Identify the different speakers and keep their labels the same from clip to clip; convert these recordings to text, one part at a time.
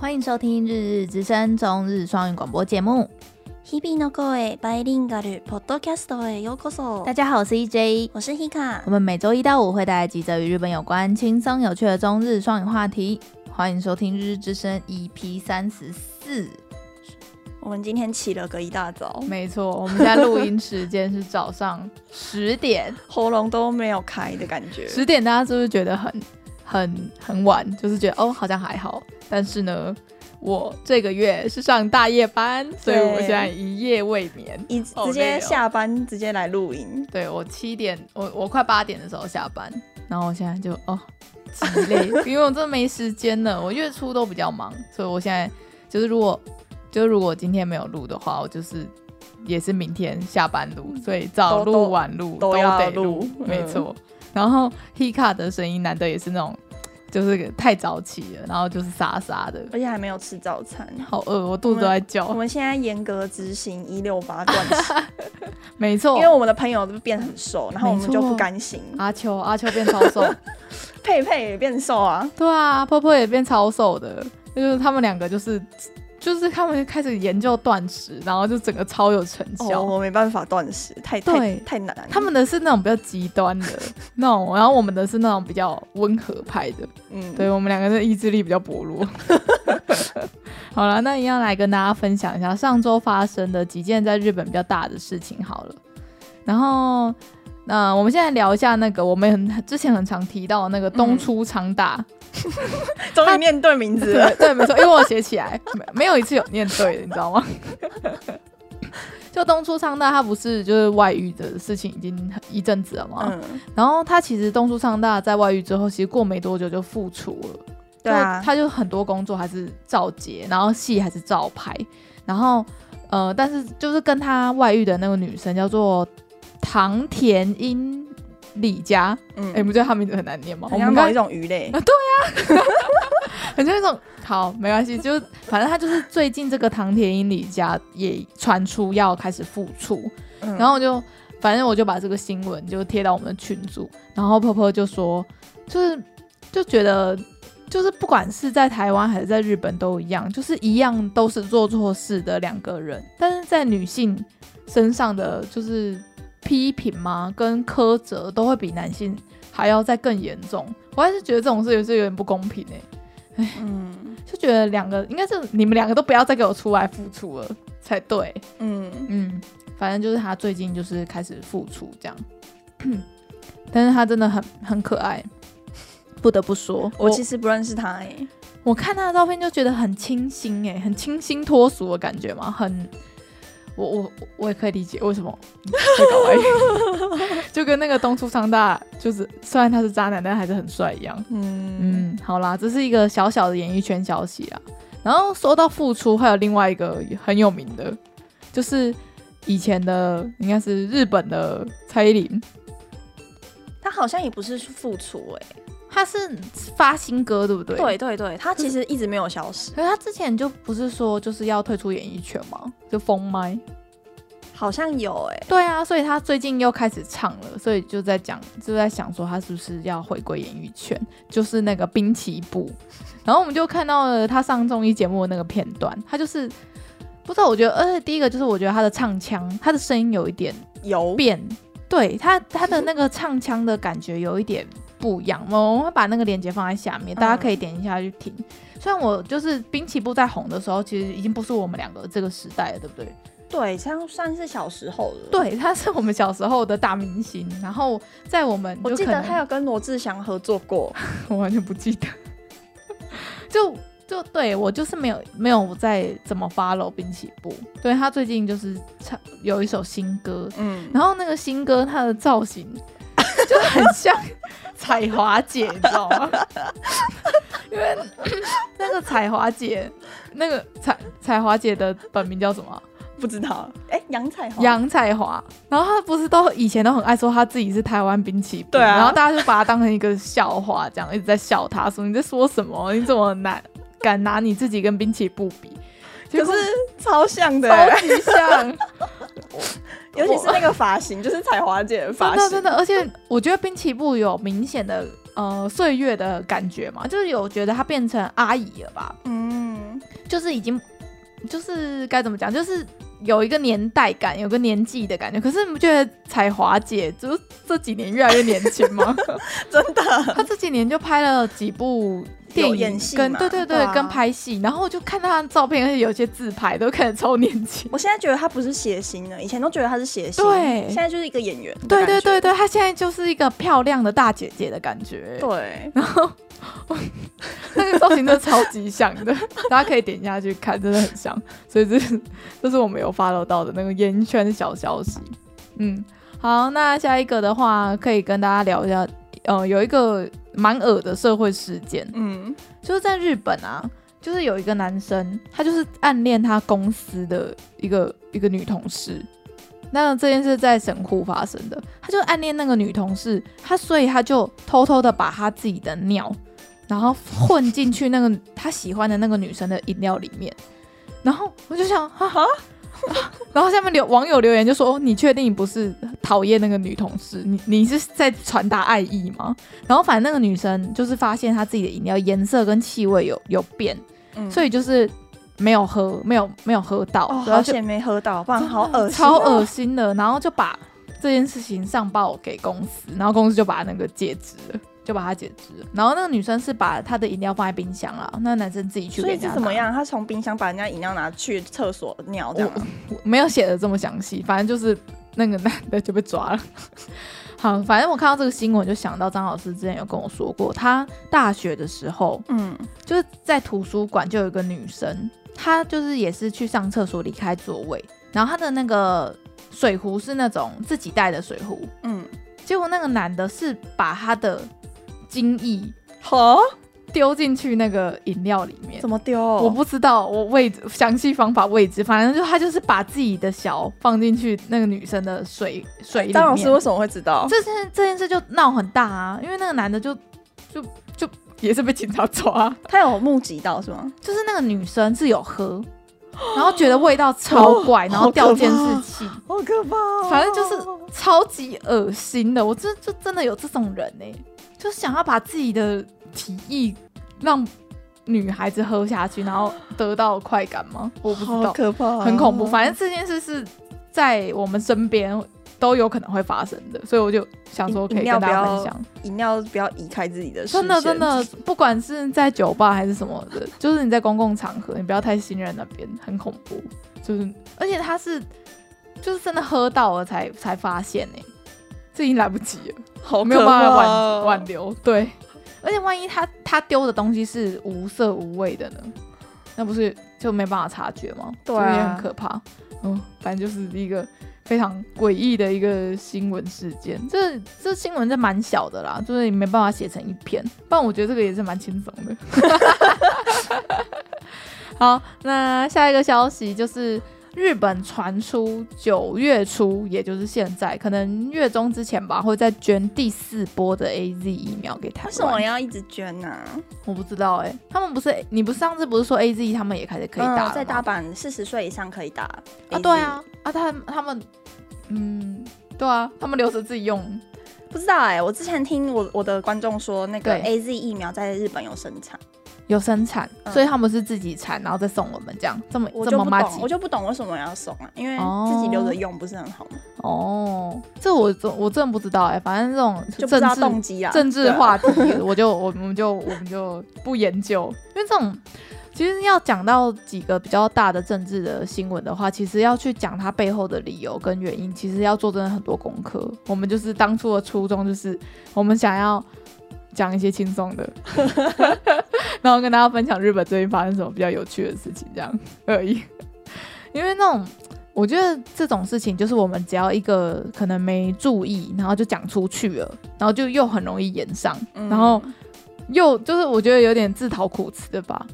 Speaker 1: 欢迎收听《日日之声》中日双语广播节目。
Speaker 2: 日々の声バイリンガルポッドキャストへようこそ
Speaker 1: 大。家好，我是 EJ。
Speaker 2: 我是 Hika
Speaker 1: 我。们每周一到五会带来几则与日本有关、轻松有趣的中日双语话题。欢迎收听《日日之声》EP 三十四。
Speaker 2: 我们今天起了个一大早，
Speaker 1: 没错，我们现在录音时间是早上十 点。
Speaker 2: 喉咙都没有开的感觉。
Speaker 1: 十点大家是不是觉得很、很、很晚？就是觉得哦，好像还好。但是呢，我这个月是上大夜班，所以我现在一夜未眠。
Speaker 2: 一
Speaker 1: 好
Speaker 2: 直
Speaker 1: 累
Speaker 2: 接
Speaker 1: 哦
Speaker 2: 下班直接来录音，
Speaker 1: 对我七点，我我快八点的时候下班，然后我现在就哦极累，因为我真的没时间了。我月初都比较忙，所以我现在就是如果就如果今天没有录的话，我就是也是明天下班录，所以早
Speaker 2: 嗯都都
Speaker 1: 录晚录
Speaker 2: 都要
Speaker 1: 得
Speaker 2: 录
Speaker 1: 录，
Speaker 2: 嗯
Speaker 1: 没错。然后 Hika 的声音难得也是那种就是太早起了，然后就是沙沙的，
Speaker 2: 而且还没有吃早餐。
Speaker 1: 好饿，我肚子都在叫
Speaker 2: 哎我。们现在严格执行一六八断 食，
Speaker 1: 哦没错，
Speaker 2: 因为我们的朋友都变很瘦，然后我
Speaker 1: 没
Speaker 2: 们
Speaker 1: 错啊
Speaker 2: 就不甘心。
Speaker 1: 阿秋阿秋变超瘦。
Speaker 2: 佩佩也变瘦啊，
Speaker 1: 对啊，婆婆也变超瘦的，就是他们两个就是就是他们开始研究断食，然后就整个超有成效。
Speaker 2: 哦，我没办法断食，太
Speaker 1: 对
Speaker 2: 太太难了。
Speaker 1: 他们的是那种比较极端的那种，然后我们的是那种比较温和派的。
Speaker 2: 嗯，
Speaker 1: 对我们两个的意志力比较薄弱。好了，那一样来跟大家分享一下上周发生的几件在日本比较大的事情好了。然后，那、我们现在聊一下那个我们很之前很常提到的那个东出昌大。
Speaker 2: 终于念对名字了。
Speaker 1: 对对，没错，因为我写起来没没有一次有念对的，你知道吗？ 就东出昌大，他不是就是外遇的事情已经很一阵子了嘛、
Speaker 2: 嗯，
Speaker 1: 然后他其实东出昌大在外遇之后，其实过没多久就复出了。
Speaker 2: 对啊
Speaker 1: 就，他就很多工作还是照接，然后戏还是照拍，然后呃，但是就是跟他外遇的那个女生叫做唐田英李佳，
Speaker 2: 嗯
Speaker 1: 哎、，你不觉得他名字很难念吗？
Speaker 2: 好像
Speaker 1: 刚
Speaker 2: 某一种 鱼类，
Speaker 1: 很像一种好，没关系，就是反正他就是最近这个唐田英里家也传出要开始复出，
Speaker 2: 嗯
Speaker 1: 然后就反正我就把这个新闻就贴到我们的群组，然后婆婆就说，就是就觉得就是不管是在台湾还是在日本都一样，就是一样都是做错事的两个人，但是在女性身上的就是批评嘛跟苛责都会比男性还要再更严重，我还是觉得这种事也是有点不公平哎、
Speaker 2: 嗯
Speaker 1: 就觉得两个应该是你们两个都不要再给我出来付出了才对。
Speaker 2: 嗯，
Speaker 1: 嗯，反正就是他最近就是开始付出这样， 但是他真的很很可爱，不得不说，
Speaker 2: 我
Speaker 1: 我
Speaker 2: 其实不认识他哎、
Speaker 1: 我看他的照片就觉得很清新哎、很清新脱俗的感觉嘛，很。我我我也可以理解为什 么在搞外遇， 就跟那个东出昌大，就是虽然他是渣男，但还是很帅一样。
Speaker 2: 嗯
Speaker 1: 嗯，好啦，这是一个小小的演艺圈消息啦。然后说到复出，还有另外一个很有名的，就是以前的应该是日本的蔡依林，
Speaker 2: 他好像也不是付出哎、
Speaker 1: 她是发新歌对不对？。
Speaker 2: 对对对，他其实一直没有消失，
Speaker 1: 可是她之前就不是说就是要退出演艺圈吗？就封麦。
Speaker 2: 好像有哎、
Speaker 1: 对啊，所以她最近又开始唱了，所以就在讲，就在想说她是不是要回归演艺圈，就是那个滨崎步。然后我们就看到了她上综艺节目的那个片段，她就是不知道，我觉得，而且第一个就是呃我觉得她的唱腔，她的声音有一点
Speaker 2: 有
Speaker 1: 变，对她她的那个唱腔的感觉有一点不一样。我们会把那个链接放在下面，大家可以点一下去听。虽然我就是滨崎步在红的时候，其实已经不是我们两个这个时代了，对不对？
Speaker 2: 对，像算是小时候的。，
Speaker 1: 对，他是我们小时候的大明星，然后在我们
Speaker 2: 我
Speaker 1: 就
Speaker 2: 记
Speaker 1: 可
Speaker 2: 得
Speaker 1: 能
Speaker 2: 他有跟罗志祥合作过，
Speaker 1: 我完全不记得， 就就对我就是没有没有在怎么 follow 滨崎步，对他最近就是唱有一首新歌，
Speaker 2: 嗯，
Speaker 1: 然后那个新歌他的造型就很像 彩华姐，你知道吗？ 因为 那个彩华姐，那个彩彩华姐的本名叫什么啊？
Speaker 2: 不知道，哎、杨彩虹，
Speaker 1: 杨彩华，然后她不是都以前都很爱说她自己是台湾滨崎步，
Speaker 2: 对啊
Speaker 1: 然后大家就把她当成一个笑话，这样一直在笑她，说你在说什么？ 你怎么拿敢拿你自己跟滨崎步比？
Speaker 2: 可
Speaker 1: 就是
Speaker 2: 超像的、
Speaker 1: 超
Speaker 2: 欸，
Speaker 1: 级 像，
Speaker 2: 尤其是那个发型，就是彩华姐的发
Speaker 1: 真的
Speaker 2: 型，
Speaker 1: 真的，而且我觉得滨崎步有明显的呃岁月的感觉嘛，就是有觉得她变成阿姨了吧？
Speaker 2: 嗯，
Speaker 1: 就是已经就是该怎么讲，就是有一个年代感，有个年纪的感觉。可是你不觉得彩华姐就是这几年越来越年轻吗？
Speaker 3: 真的，
Speaker 1: 她这几年就拍了几部电
Speaker 3: 有演
Speaker 1: 影
Speaker 3: 戏
Speaker 1: 跟
Speaker 3: 嘛
Speaker 1: 对对对
Speaker 3: 对啊
Speaker 1: 跟拍戏，然后我就看她的照片，而且有一些自拍都看得超年 轻。
Speaker 3: 我现在觉得他不是谐星了，以前都觉得他是谐星，
Speaker 1: 对
Speaker 3: 现在就是一个演员的
Speaker 1: 对
Speaker 3: 感
Speaker 1: 对
Speaker 3: 觉，
Speaker 1: 对对，她现在就是一个漂亮的大姐姐的感觉。
Speaker 3: 对，
Speaker 1: 那个造型真的超级像的， 大家可以点下去看，真的很像。所以这是这是我们有 follow 到的那个烟圈小消息。嗯，好，那下一个的话，可以跟大家聊一下，呃，有一个蛮恶的社会事件，
Speaker 3: 嗯，
Speaker 1: 就是在日本啊，就是有一个男生，他就是暗恋他公司的一个一个女同事。那这件事在神户发生的，他就暗恋那个女同事，他所以他就偷偷的把他自己的尿，然后混进去那个他喜欢的那个女生的饮料里面。然后我就想，哈 哈。然后下面留网友留言就说：“哦，你确定你不是讨厌那个女同事？你你是在传达爱意吗？”然后反正那个女生就是发现她自己的饮料颜色跟气味有有变，
Speaker 3: 嗯
Speaker 1: 所以就是没有喝，没有没有喝到，
Speaker 3: 哦，
Speaker 1: 然
Speaker 3: 好
Speaker 1: 后就
Speaker 3: 险没喝到，不然好恶心、
Speaker 2: 哦
Speaker 3: 哦
Speaker 1: 超恶，心的，然后就把这件事情上报给公司，然后公司就把那个戒指了。就把它解职了，然后那个女生是把她的饮料放在冰箱了，那男生自己去
Speaker 3: 所
Speaker 1: 给
Speaker 3: 以
Speaker 1: 人家拿。
Speaker 3: 是怎么样？他从冰箱把人家饮料拿去厕所尿这样啊吗、
Speaker 1: 我没有写的这么详细，反正就是那个男的就被抓了。 好，反正我看到这个新闻就想到张老师之前有跟我说过，他大学的时候，
Speaker 3: 嗯，
Speaker 1: 就是在图书馆就有一个女生，她就是也是去上厕所离开座位，然后她的那个水壶是那种自己带的水壶，
Speaker 3: 嗯，
Speaker 1: 结果那个男的是把他的精液
Speaker 3: 好，
Speaker 1: 丢进去那个饮料里面
Speaker 3: 怎。么 丢？
Speaker 1: 我不知道，我位置详细方法位置，反正就他就是把自己的小放进去那个女生的水水里面。
Speaker 3: 张老师为什么会知道？
Speaker 1: 这件这件事就闹很大啊，因为那个男的就就就也是被警察抓，
Speaker 3: 他有目击到是吗？
Speaker 1: 就是那个女生是有 喝，然后觉得味道超怪，
Speaker 3: 哦
Speaker 1: 然后掉监视器，
Speaker 3: 好可怕、
Speaker 1: 反正就是超级恶心的。我真就真的有这种人呢、就是想要把自己的体液让女孩子喝下去，然后得到快感吗？我不知
Speaker 3: 好
Speaker 1: 道，
Speaker 3: 可怕、哦
Speaker 1: 很恐怖。反正这件事是在我们身边都有可能会发生的，所以我就想说可以
Speaker 3: 饮料
Speaker 1: 跟大家
Speaker 3: 不要
Speaker 1: 分享。
Speaker 3: 饮料不要移开自己的视
Speaker 1: 真的
Speaker 3: 线
Speaker 1: 真的，不管是在酒吧还是什么的，就是你在公共场合，你不要太信任那边，很恐怖。就是，而且他是就是真的喝到了才才发现呢、这已经来不及了，
Speaker 3: 好
Speaker 1: 没有办法
Speaker 3: 可怕哦
Speaker 1: 挽挽留。对，而且万一他他丢的东西是无色无味的呢？那不是就没办法察觉吗？
Speaker 3: 对啊
Speaker 1: 就也很可怕。嗯，反正就是一个非常诡异的一个新闻事件。这这新闻是蛮小的啦，就是也没办法写成一篇，不然我觉得这个也是蛮轻松的。好，那下一个消息就是日本传出九月初，也就是现在，可能月中之前吧，会再捐第四波的 A Z 疫苗给台湾。
Speaker 3: 为什么要一直捐呢、啊？
Speaker 1: 我不知道哎、他们不是你不是上次不是说 A Z 他们也开始可以打了吗、
Speaker 3: 嗯在大阪四十岁以上可以打
Speaker 1: 啊，对，啊，啊，他他们，嗯，对啊，他们留着自己用，
Speaker 3: AZ 不知道哎、我之前听我我的观众说，那个
Speaker 1: 对
Speaker 3: A Z 疫苗在日本有生产，
Speaker 1: 有生产，
Speaker 3: 嗯
Speaker 1: 所以他们是自己产，然后再送我们这样，这么
Speaker 3: 我
Speaker 1: 这
Speaker 3: 就
Speaker 1: 么
Speaker 3: 不
Speaker 1: 麻
Speaker 3: 懂，
Speaker 1: 吉
Speaker 3: 我就不懂为什么要送啊，因为
Speaker 1: 哦
Speaker 3: 自己留着用不是很好吗？
Speaker 1: 哦。这我真我真的不知道哎、反正这
Speaker 3: 就
Speaker 1: 种
Speaker 3: 不知道
Speaker 1: 政
Speaker 3: 动
Speaker 1: 治
Speaker 3: 机啊，
Speaker 1: 政治
Speaker 3: 对啊，
Speaker 1: 话题，我就我们就我们就不研究，因为这种。其实要讲到几个比较大的政治的新闻的话，其实要去讲它背后的理由跟原因，其实要做真的很多功课。我们就是当初的初衷就是，我们想要讲一些轻松的， 然后跟大家分享日本最近发生什么比较有趣的事情，这样而已。因为那种，我觉得这种事情就是我们只要一个可能没注意，然后就讲出去了，然后就又很容易延上，
Speaker 3: 嗯
Speaker 1: 然后又就是我觉得有点自讨苦吃的吧。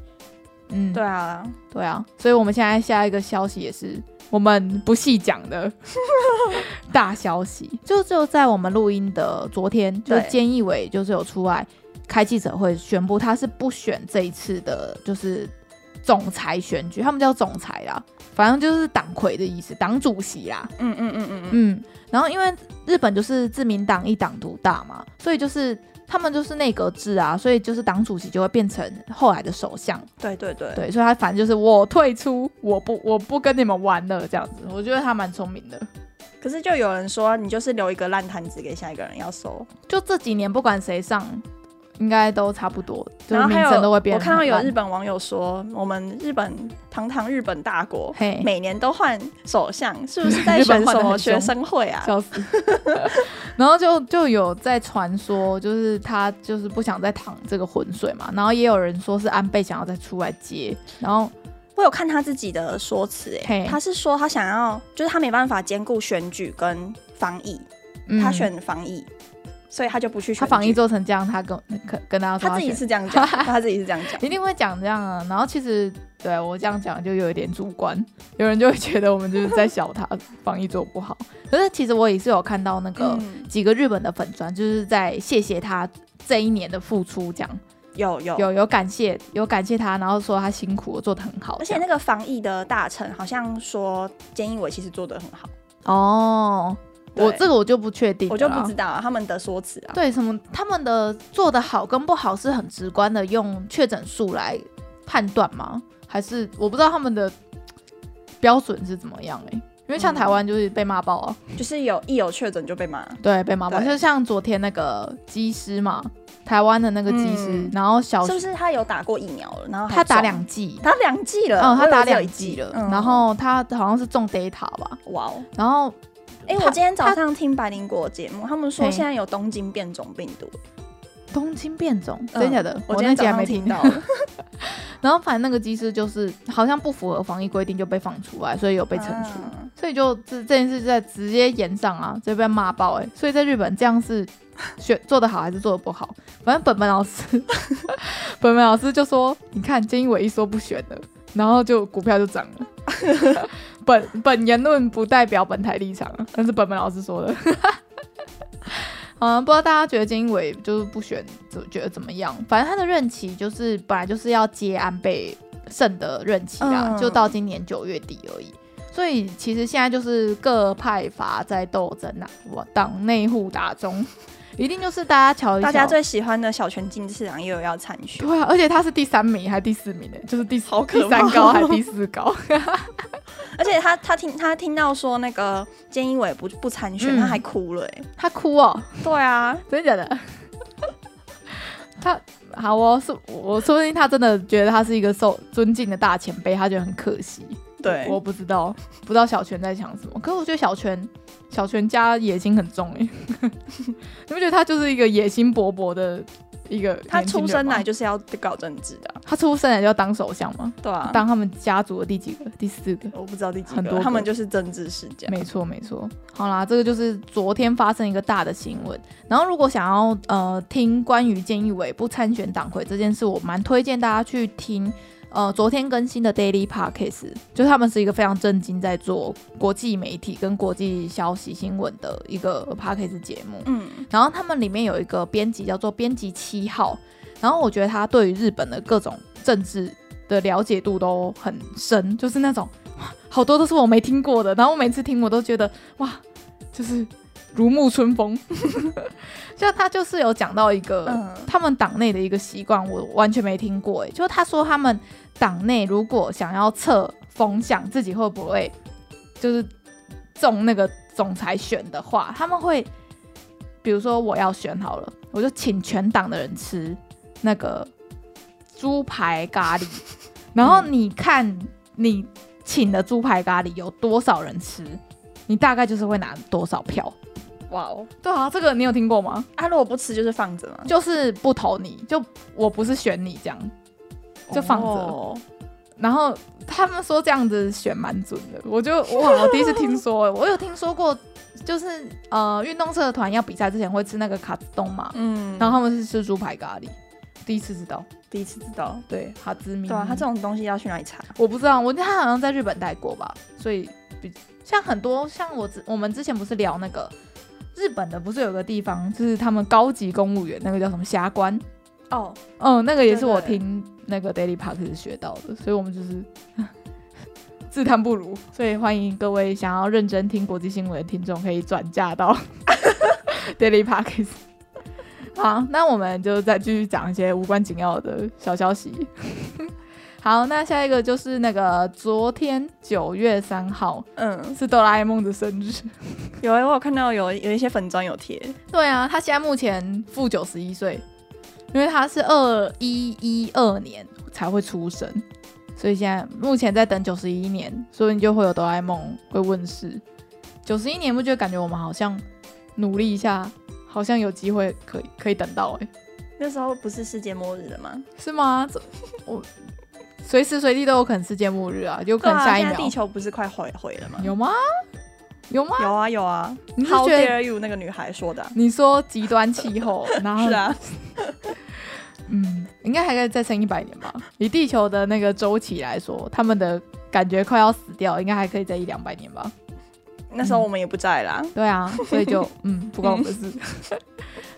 Speaker 1: 嗯，
Speaker 3: 对啊，
Speaker 1: 对啊，所以我们现在下一个消息也是我们不细讲 的大消息，就就在我们录音的昨天，就是
Speaker 3: 对
Speaker 1: 菅义伟就是有出来开记者会，宣布他是不选这一次的，就是总裁选举，他们叫总裁啦，反正就是党魁的意思，党主席啦。
Speaker 3: 嗯嗯嗯嗯嗯，
Speaker 1: 嗯，然后因为日本就是自民党一党独大嘛，所以就是他们就是内阁制啊，所以就是党主席就会变成后来的首相，
Speaker 3: 对对对，
Speaker 1: 对，所以他反正就是我退出，我不我不跟你们玩了这样子，我觉得他蛮聪明的。
Speaker 3: 可是就有人说，你就是留一个烂摊子给下一个人要收，
Speaker 1: 就这几年不管谁上，应该都差不多，就是
Speaker 3: 然后
Speaker 1: 名
Speaker 3: 还有
Speaker 1: 声都会变
Speaker 3: 我
Speaker 1: 得
Speaker 3: 看到
Speaker 1: 很
Speaker 3: 有
Speaker 1: 烂
Speaker 3: 日本网友说，我们日本堂堂日本大国，
Speaker 1: 嘿
Speaker 3: 每年都换首相，是不是在
Speaker 1: 日本
Speaker 3: 选
Speaker 1: 换得
Speaker 3: 什么
Speaker 1: 很凶
Speaker 3: 学生会啊？
Speaker 1: 笑死。 然后就就有在传说，就是他就是不想再淌这个浑水嘛。然后也有人说是安倍想要再出来接，然后
Speaker 3: 我有看他自己的说辞、
Speaker 1: 嘿
Speaker 3: 哎，他是说他想要，就是他没办法兼顾选举跟防疫，
Speaker 1: 嗯
Speaker 3: 他选防疫，所以他就不去选举。
Speaker 1: 他防疫做成这样，他跟跟跟大家说
Speaker 3: 他自己
Speaker 1: 选
Speaker 3: 是这样 讲，他自己是这样讲。
Speaker 1: 一定会讲这样啊。然后其实对啊我这样讲就有一点主观，有人就会觉得我们就是在笑他防疫做不好。可是其实我也是有看到那个
Speaker 3: 嗯，
Speaker 1: 几个日本的粉砖，就是在谢谢他这一年的付出，这样
Speaker 3: 有有
Speaker 1: 有有感谢有感谢他，然后说他辛苦了做的很好，
Speaker 3: 而且那个防疫的大臣好像说，菅义伟其实做的很好，
Speaker 1: 哦，
Speaker 3: 对
Speaker 1: 我这个我就不确定了
Speaker 3: 我
Speaker 1: 啦，
Speaker 3: 就不知道、啊、他们的说辞啊。
Speaker 1: 对什么他们的做的好跟不好是很直观的用确诊数来判断吗？还是我不知道他们的标准是怎么样哎、因为像
Speaker 3: 嗯
Speaker 1: 台湾就是被骂爆啊，
Speaker 3: 就是有一有确诊就被骂，
Speaker 1: 对，被骂爆，
Speaker 3: 对
Speaker 1: 就像昨天那个机师嘛，台湾的那个机师，
Speaker 3: 嗯
Speaker 1: 然后小
Speaker 3: 是不是他有打过疫苗了？然后还
Speaker 1: 他打
Speaker 3: 中
Speaker 1: 两剂，
Speaker 3: 打两剂了，
Speaker 1: 嗯，
Speaker 3: 我以
Speaker 1: 他
Speaker 3: 为
Speaker 1: 打
Speaker 3: 只有
Speaker 1: 两
Speaker 3: 一
Speaker 1: 剂了，
Speaker 3: 嗯
Speaker 1: 然后他好像是中 data 吧，
Speaker 3: 哇哦，
Speaker 1: 然后
Speaker 3: 哎、
Speaker 1: 他
Speaker 3: 我今天早上听白灵果节目，他们说
Speaker 1: 嘿
Speaker 3: 现在有东京变种病毒，
Speaker 1: 东京变种，
Speaker 3: 嗯
Speaker 1: 真假的？
Speaker 3: 我今
Speaker 1: 那集
Speaker 3: 天早
Speaker 1: 还
Speaker 3: 上
Speaker 1: 没
Speaker 3: 听
Speaker 1: 到
Speaker 3: 到。了，
Speaker 1: 然后反正那个机师就是好像不符合防疫规定就被放出来，所以有被惩处，
Speaker 3: 啊
Speaker 1: 所以就这这件事在直接延上啊，就被骂爆哎、所以在日本这样是选做的好还是做的不好？反正本本老师， 本本老师就说，你看菅义伟一说不选了，然后就股票就涨了。 本本言论不代表本台立场啊，但是本本老师说的。 嗯，不知道大家觉得菅义伟就是不选，就觉得怎么样？反正他的任期就是本来就是要接安倍胜的任期啦，
Speaker 3: 嗯
Speaker 1: 就到今年九月底而已。所以其实现在就是各派阀在斗争啊，我党内互打中，一定就是大家瞧一瞧。
Speaker 3: 大家最喜欢的小泉进次郎也有要参选，
Speaker 1: 对啊，而且他是第三名还是第四名呢？欸就是第
Speaker 3: 好
Speaker 1: 第
Speaker 3: 可怕
Speaker 1: 三
Speaker 3: 哦
Speaker 1: 高还是第四高？
Speaker 3: 而且他他听他听到说那个菅义伟不不参选，
Speaker 1: 嗯
Speaker 3: 他还哭了、哎，
Speaker 1: 他哭哦，
Speaker 3: 对啊，
Speaker 1: 真的假的？他好哦，是我说不定他真的觉得他是一个受尊敬的大前辈，他觉得很可惜。
Speaker 3: 对
Speaker 1: 我不知道，不知道小泉在想什么。可是我觉得小泉，小泉家野心很重哎、 你不觉得他就是一个野心勃勃的一个？
Speaker 3: 他出生来
Speaker 1: 来，
Speaker 3: 就是要搞政治的啊，
Speaker 1: 他出生来就要当首相吗？
Speaker 3: 对啊，
Speaker 1: 当他们家族的第几个？第四个。
Speaker 3: 我不知道第几
Speaker 1: 很多
Speaker 3: 个，
Speaker 1: 个
Speaker 3: 他们就是政治世家，
Speaker 1: 没错，没错。好啦，这个就是昨天发生一个大的新闻。然后，如果想要呃听关于菅义伟不参选党魁这件事，我蛮推荐大家去听。呃，昨天更新的 Daily Podcast，就是他们是一个非常正经在做国际媒体跟国际消息新闻的一个 Podcast 节目。
Speaker 3: 嗯，
Speaker 1: 然后他们里面有一个编辑叫做编辑七号，然后我觉得他对于日本的各种政治的了解度都很深，就是那种哇，好多都是我没听过的，然后我每次听我都觉得哇，就是如沐春风。 像他就是有讲到一个，
Speaker 3: 嗯
Speaker 1: 他们党内的一个习惯，我完全没听过。哎，就是他说他们党内如果想要测风向，自己会不会就是中那个总裁选的话，他们会，比如说我要选好了，我就请全党的人吃那个猪排咖喱，然后你看你请的猪排咖喱有多少人吃，你大概就是会拿多少票。
Speaker 3: 哇哦，
Speaker 1: 对啊，这个你有听过吗？
Speaker 3: 他、啊、如果不吃就是放着嘛，
Speaker 1: 就是不投你，就我不是选你这样。就放着
Speaker 3: 哦
Speaker 1: 然后他们说这样子选蛮准的，我就哇，我第一次听说，欸我有听说过，就是呃，运动社团要比赛之前会吃那个卡子冻嘛，
Speaker 3: 嗯，
Speaker 1: 然后他们是吃猪排咖喱，第一次知道，
Speaker 3: 第一次知道，
Speaker 1: 对，哈兹米，
Speaker 3: 对啊，他这种东西要去哪里查？
Speaker 1: 我不知道，我他好像在日本待过吧，所以比像很多像我之我们之前不是聊那个日本的，不是有个地方就是他们高级公务员那个叫什么霞关，
Speaker 3: 哦，
Speaker 1: 嗯，那个也是我
Speaker 3: 对对
Speaker 1: 听那个 Daily Park 学到的，所以我们就是 自叹不如，所以欢迎各位想要认真 听国际新闻的听众可以转嫁到 Daily Park。好，那我们就再继续讲一些无关紧要的小消息。 好，那下一个就是那个昨天九月三号
Speaker 3: 嗯，
Speaker 1: 是哆啦 A 梦的生日。
Speaker 3: 有哎、我有看到有有一些粉砖有贴，
Speaker 1: 对啊，他现在目前负九十一岁，因为他是二一一二年才会出生，所以现在目前在等九十一年，所以你就会有哆啦 A 梦会问世。九十一年不觉得感觉我们好像努力一下，好像有机会可以可以等到哎、
Speaker 3: 那时候不是世界末日了吗？
Speaker 1: 是吗？这我随时随地都有可能世界末日啊，有可
Speaker 3: 对
Speaker 1: 能
Speaker 3: 啊，
Speaker 1: 下一
Speaker 3: 现在
Speaker 1: 秒、
Speaker 3: 地球不是快毁毁了吗？
Speaker 1: 有吗？有吗？
Speaker 3: 有啊有啊
Speaker 1: 你是
Speaker 3: ，How
Speaker 1: 觉得
Speaker 3: dare you 那个女孩说的啊、
Speaker 1: 你说极端气 候，然后
Speaker 3: 是啊，
Speaker 1: 嗯，应该还可以再撑一百年吧。以地球的那个周期来说，他们的感觉快要死掉，应该还可以再一两百年吧。
Speaker 3: 那时候我们也不在啦。
Speaker 1: 对啊，所以 就嗯，不关我们的事。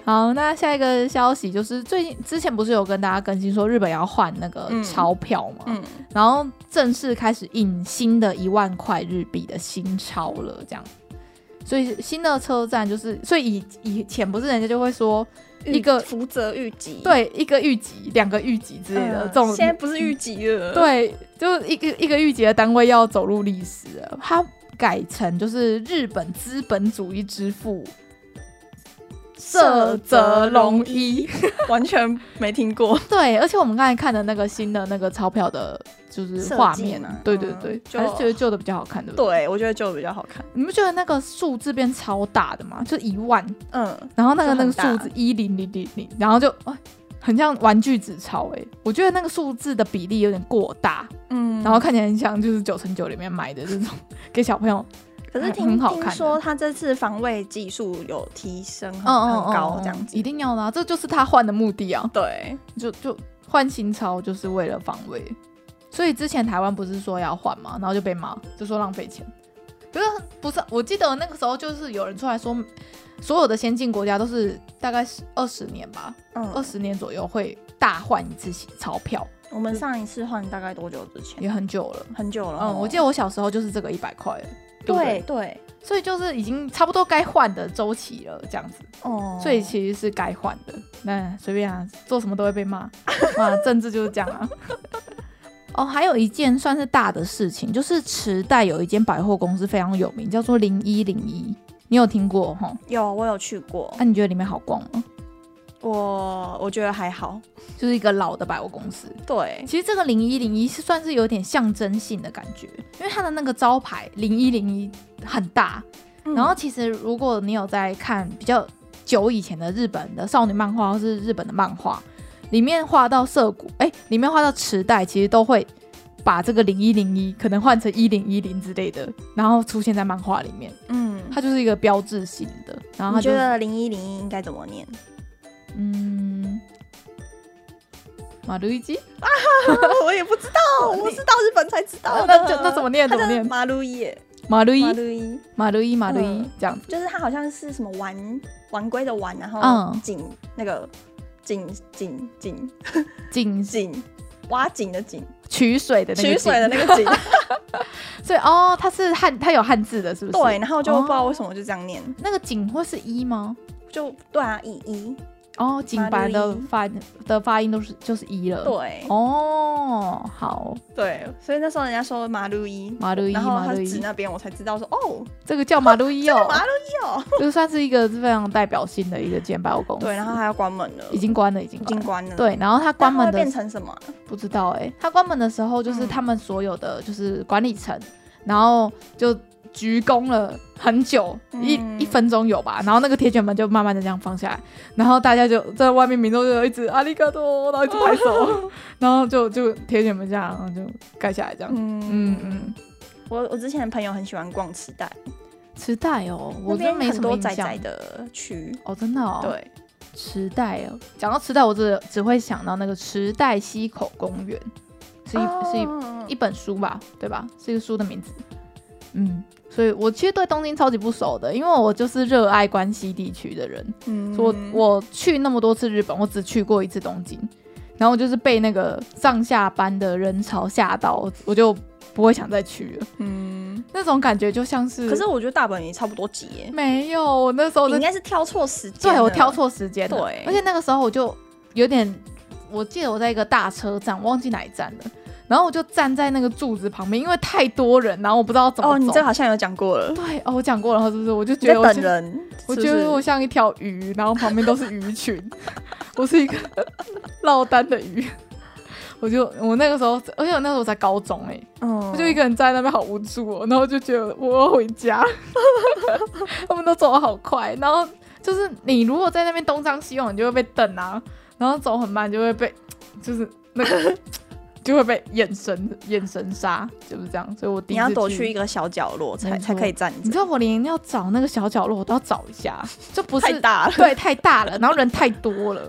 Speaker 1: 好，那下一个消息就是最近之前不是有跟大家更新说日本要换那个
Speaker 3: 嗯
Speaker 1: 钞票嘛，
Speaker 3: 嗯，
Speaker 1: 然后正式开始印新的一万块日币的新钞了，这样。所以新的车站就是，所以以以前不是人家就会说一个
Speaker 3: 嗯福泽谕吉，
Speaker 1: 对一个预级、两个预级之类的、
Speaker 3: 嗯
Speaker 1: 这种
Speaker 3: 现在不是预计 了，，
Speaker 1: 对，就一个一个御姐的单位要走入历史了，它改成就是日本资本主义之父
Speaker 3: 色泽龙
Speaker 1: 一。
Speaker 3: 完全没听过。
Speaker 1: 对，而且我们刚才看的那个新的那个钞票的，就是
Speaker 3: 设
Speaker 1: 画
Speaker 3: 计
Speaker 1: 面
Speaker 3: 嘛
Speaker 1: 对对
Speaker 3: 嗯
Speaker 1: 对，
Speaker 3: 就
Speaker 1: 还是觉得旧的比较好看，对不对？
Speaker 3: 对，我觉得就比较好看。
Speaker 1: 你不觉得那个数字变超大的吗？就一万，
Speaker 3: 嗯，
Speaker 1: 然后那个
Speaker 3: 就
Speaker 1: 那
Speaker 3: 很
Speaker 1: 个数
Speaker 3: 大
Speaker 1: 字一零零零零，然后就、哎很像玩具纸钞哎，我觉得那个数字的比例有点过大。
Speaker 3: 嗯，
Speaker 1: 然后看起来很像就是九乘九里面买的这种 给小朋友，
Speaker 3: 可是
Speaker 1: 很
Speaker 3: 听
Speaker 1: 好看
Speaker 3: 听
Speaker 1: 的
Speaker 3: 说他这次防卫技术有提升很，
Speaker 1: 嗯
Speaker 3: 很高这样子。
Speaker 1: 一定要的、啊，这就是他换的目的啊，
Speaker 3: 对，
Speaker 1: 就就换新钞就是为了防卫，所以之前台湾不是说要换嘛，然后就被骂，就说浪费钱，可是不是？我记得那个时候就是有人出来说，所有的先进国家都是大概是二十年吧，二
Speaker 3: 嗯，
Speaker 1: 十年左右会大换一次新钞票，
Speaker 3: 我们上一次换大概多久之前？
Speaker 1: 也很久了。
Speaker 3: 很久了。
Speaker 1: 嗯，我记
Speaker 3: 得
Speaker 1: 得我小时候就是这个一百块了，对不
Speaker 3: 哦对
Speaker 1: 对，
Speaker 3: 对，
Speaker 1: 所以就是已经差不多该换的周期了，这样子。
Speaker 3: 哦，
Speaker 1: 所以其实是该换的。那随便啊，做什么都会被骂， 啊，政治就是这样啊。 哦，还有一件算是大的事情，就是池袋有一间百货公司非常有名，叫做零一零一，你有听过哈？
Speaker 3: 有我有去过
Speaker 1: 那、，你觉得里面好逛吗？
Speaker 3: 我我觉得还好。
Speaker 1: 就是一个老的百货公司。
Speaker 3: 对，
Speaker 1: 其实这个零一零一是算是有点象征性的感觉，因为它的那个招牌零一零一很大，
Speaker 3: 嗯
Speaker 1: 然后其实如果你有在看比较久以前的日本的少女漫画或是日本的漫画，里面画到涩谷，哎、里面画到池袋，其实都会把这个零一零一可能换成一零一零之类的，然后出现在漫画里面，
Speaker 3: 嗯，
Speaker 1: 它就是一个标志性的。然后它
Speaker 3: 你
Speaker 1: 就
Speaker 3: 觉
Speaker 1: 是
Speaker 3: 得零一零一应该怎么念？
Speaker 1: 嗯，马路一基，
Speaker 3: 我也不知道，我是到日本才知道的。
Speaker 1: 那就那怎么念？
Speaker 3: 它
Speaker 1: 怎么
Speaker 3: 叫
Speaker 1: 念？
Speaker 3: 马路耶，
Speaker 1: 马路一
Speaker 3: 马，路一，
Speaker 1: 马路一，马路一
Speaker 3: 嗯，
Speaker 1: 这样子。
Speaker 3: 就是它好像是什么玩玩归的玩，然后
Speaker 1: 嗯
Speaker 3: 井、那个井井井
Speaker 1: 井
Speaker 3: 井挖井的井，
Speaker 1: 取水的那个
Speaker 3: 取水的
Speaker 1: 井
Speaker 3: 那 个井。
Speaker 1: 所以哦，它是汉，它有汉字的，是不是？
Speaker 3: 对，，然后就
Speaker 1: 哦
Speaker 3: 不知道为什么就这样念，
Speaker 1: 那个井会是一吗？
Speaker 3: 就对啊，一一
Speaker 1: 哦，井白的发的发音都是就是一了。，
Speaker 3: 对、
Speaker 1: 哦，好，
Speaker 3: 对，所以那时候人家说马路一。
Speaker 1: 马路一，
Speaker 3: 然后
Speaker 1: 马
Speaker 3: 他
Speaker 1: 路
Speaker 3: 指
Speaker 1: 一，
Speaker 3: 那边，我才知道说哦，
Speaker 1: 这个叫马路 一哦，
Speaker 3: 马路一哦，
Speaker 1: 就算是一个非常代表性的一个间百货公司。
Speaker 3: 对，然后他要关门了，
Speaker 1: 已经关了，已经
Speaker 3: 已
Speaker 1: 关
Speaker 3: 经
Speaker 1: 了。
Speaker 3: 关了，
Speaker 1: 对，然后它关门
Speaker 3: 那它会
Speaker 1: 的
Speaker 3: 变成什么啊？
Speaker 1: 不知道哎、它关门的时候就是
Speaker 3: 嗯
Speaker 1: 他们所有的就是管理层，然后就鞠躬了很久，一
Speaker 3: 嗯
Speaker 1: 一分钟有吧，然后那个铁卷门就慢慢的这样放下来，然后大家就在外面民众就一直阿里嘎多，然后一直拍手，
Speaker 3: 哦
Speaker 1: 然后就就铁卷门这样就盖下来这样，嗯
Speaker 3: 嗯
Speaker 1: 嗯，
Speaker 3: 我我之前的朋友很喜欢逛池袋，
Speaker 1: 池袋哦，我
Speaker 3: 那
Speaker 1: 真
Speaker 3: 边
Speaker 1: 没
Speaker 3: 很
Speaker 1: 什么
Speaker 3: 多
Speaker 1: 印
Speaker 3: 仔
Speaker 1: 象
Speaker 3: 仔。的区域。
Speaker 1: 哦，真的哦，，
Speaker 3: 对，
Speaker 1: 池袋哦，讲到池袋，我只只会想到那个池袋西口公园，是一、是一一
Speaker 3: 一
Speaker 1: 本书吧，对吧？是一个书的名字。嗯，所以我其实对东京超级不熟的，因为我就是热爱关西地区的人。
Speaker 3: 嗯
Speaker 1: 所以我我去那么多次日本，我只去过一次东京，然后我就是被那个上下班的人潮吓到，我就不会想再去了。
Speaker 3: 嗯
Speaker 1: 那种感觉就像是，
Speaker 3: 可是我觉得大本营差不多急耶，
Speaker 1: 没有，我哦那时候
Speaker 3: 你
Speaker 1: 的
Speaker 3: 应该是挑错时间。
Speaker 1: 对我挑。错时间了，
Speaker 3: 对
Speaker 1: 而且那个时候我就有点，我记得我在一个大车站，忘记哪一站了，然后我就站在那个柱子旁边，因为太多人，然后我不知道怎么走。
Speaker 3: 哦，你这个好像有讲过了，
Speaker 1: 对哦，我讲过了，是不是？我就
Speaker 3: 你
Speaker 1: 觉
Speaker 3: 在
Speaker 1: 得我
Speaker 3: 等
Speaker 1: 像，
Speaker 3: 人。
Speaker 1: 我
Speaker 3: 是不
Speaker 1: 觉
Speaker 3: 是
Speaker 1: 得我像一条鱼，然后旁边都是鱼群， 我是一个 落单的鱼。我就我那个时候，而且我那时候才高中哎、
Speaker 3: 嗯
Speaker 1: 我就一个人站在那边好无助哦，然后就觉得我要回家， 他们都走的好快，然后就是你如果在那边东张西望，你就会被瞪啊，然后走很慢就会被，就是那个就会被眼神眼神杀，就是这样。所以我第
Speaker 3: 你
Speaker 1: 一次
Speaker 3: 要躲去一个小角落才
Speaker 1: 没
Speaker 3: 才
Speaker 1: 错
Speaker 3: 可以站
Speaker 1: 你知
Speaker 3: 着，
Speaker 1: 道我连要找那个小角落我都要找一下，就不
Speaker 3: 太
Speaker 1: 是
Speaker 3: 大 了。
Speaker 1: 对太大了，然后人太多了，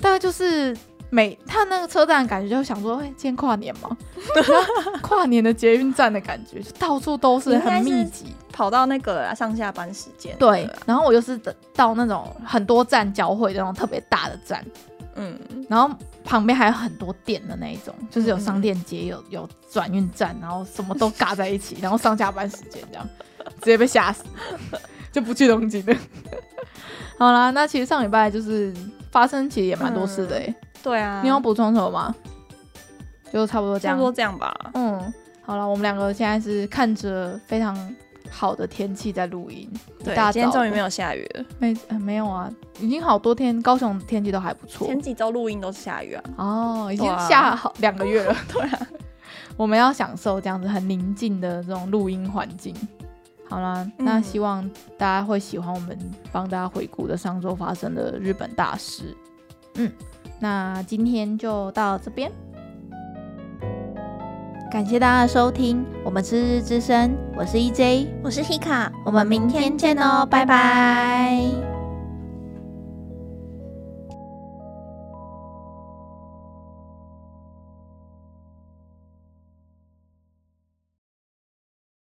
Speaker 1: 大概就是每他那个车站的感觉就想说，哎、今天跨年 嘛，然后跨年的捷运站的感觉，就到处都是
Speaker 3: 应该
Speaker 1: 很
Speaker 3: 是
Speaker 1: 密集。
Speaker 3: 跑到那个啦上下班时间。啊
Speaker 1: 对，，然后我又是到那种很多站交汇的那种特别大的站，
Speaker 3: 嗯，
Speaker 1: 然后旁边还有很多店的那一种，就是有
Speaker 3: 嗯
Speaker 1: 商店街，有有转运站，然后什么都尬在一起，然后上下班时间这样，直接被吓死，就不去东 京了。好啦，那其实上礼拜就是发生，其实也蛮多事的诶、
Speaker 3: 对啊，
Speaker 1: 你有补充什么吗？就差不多这
Speaker 3: 差
Speaker 1: 样
Speaker 3: 不。多这样吧。
Speaker 1: 嗯，好了，我们两个现在是看着非常好的天气在录音，
Speaker 3: 对
Speaker 1: 一大，
Speaker 3: 今天
Speaker 1: 早
Speaker 3: 终于没有下雨了。
Speaker 1: 没、呃没有啊，已经好多天，高雄天气都还不错。
Speaker 3: 前几周录音都是下雨啊。
Speaker 1: 哦，已经
Speaker 3: 对啊
Speaker 1: 下好两个 月了。对啊，我们要享受这样子很宁静的这种录音环境。好啦，那
Speaker 3: 嗯
Speaker 1: 希望大家会喜欢我们帮大家回顾的上周发生的日本大事。嗯，那今天就到这边，感谢大家的收听，我们是日之声，我是 EJ，
Speaker 2: 我是 Hika，
Speaker 1: 我们明天见哦，拜拜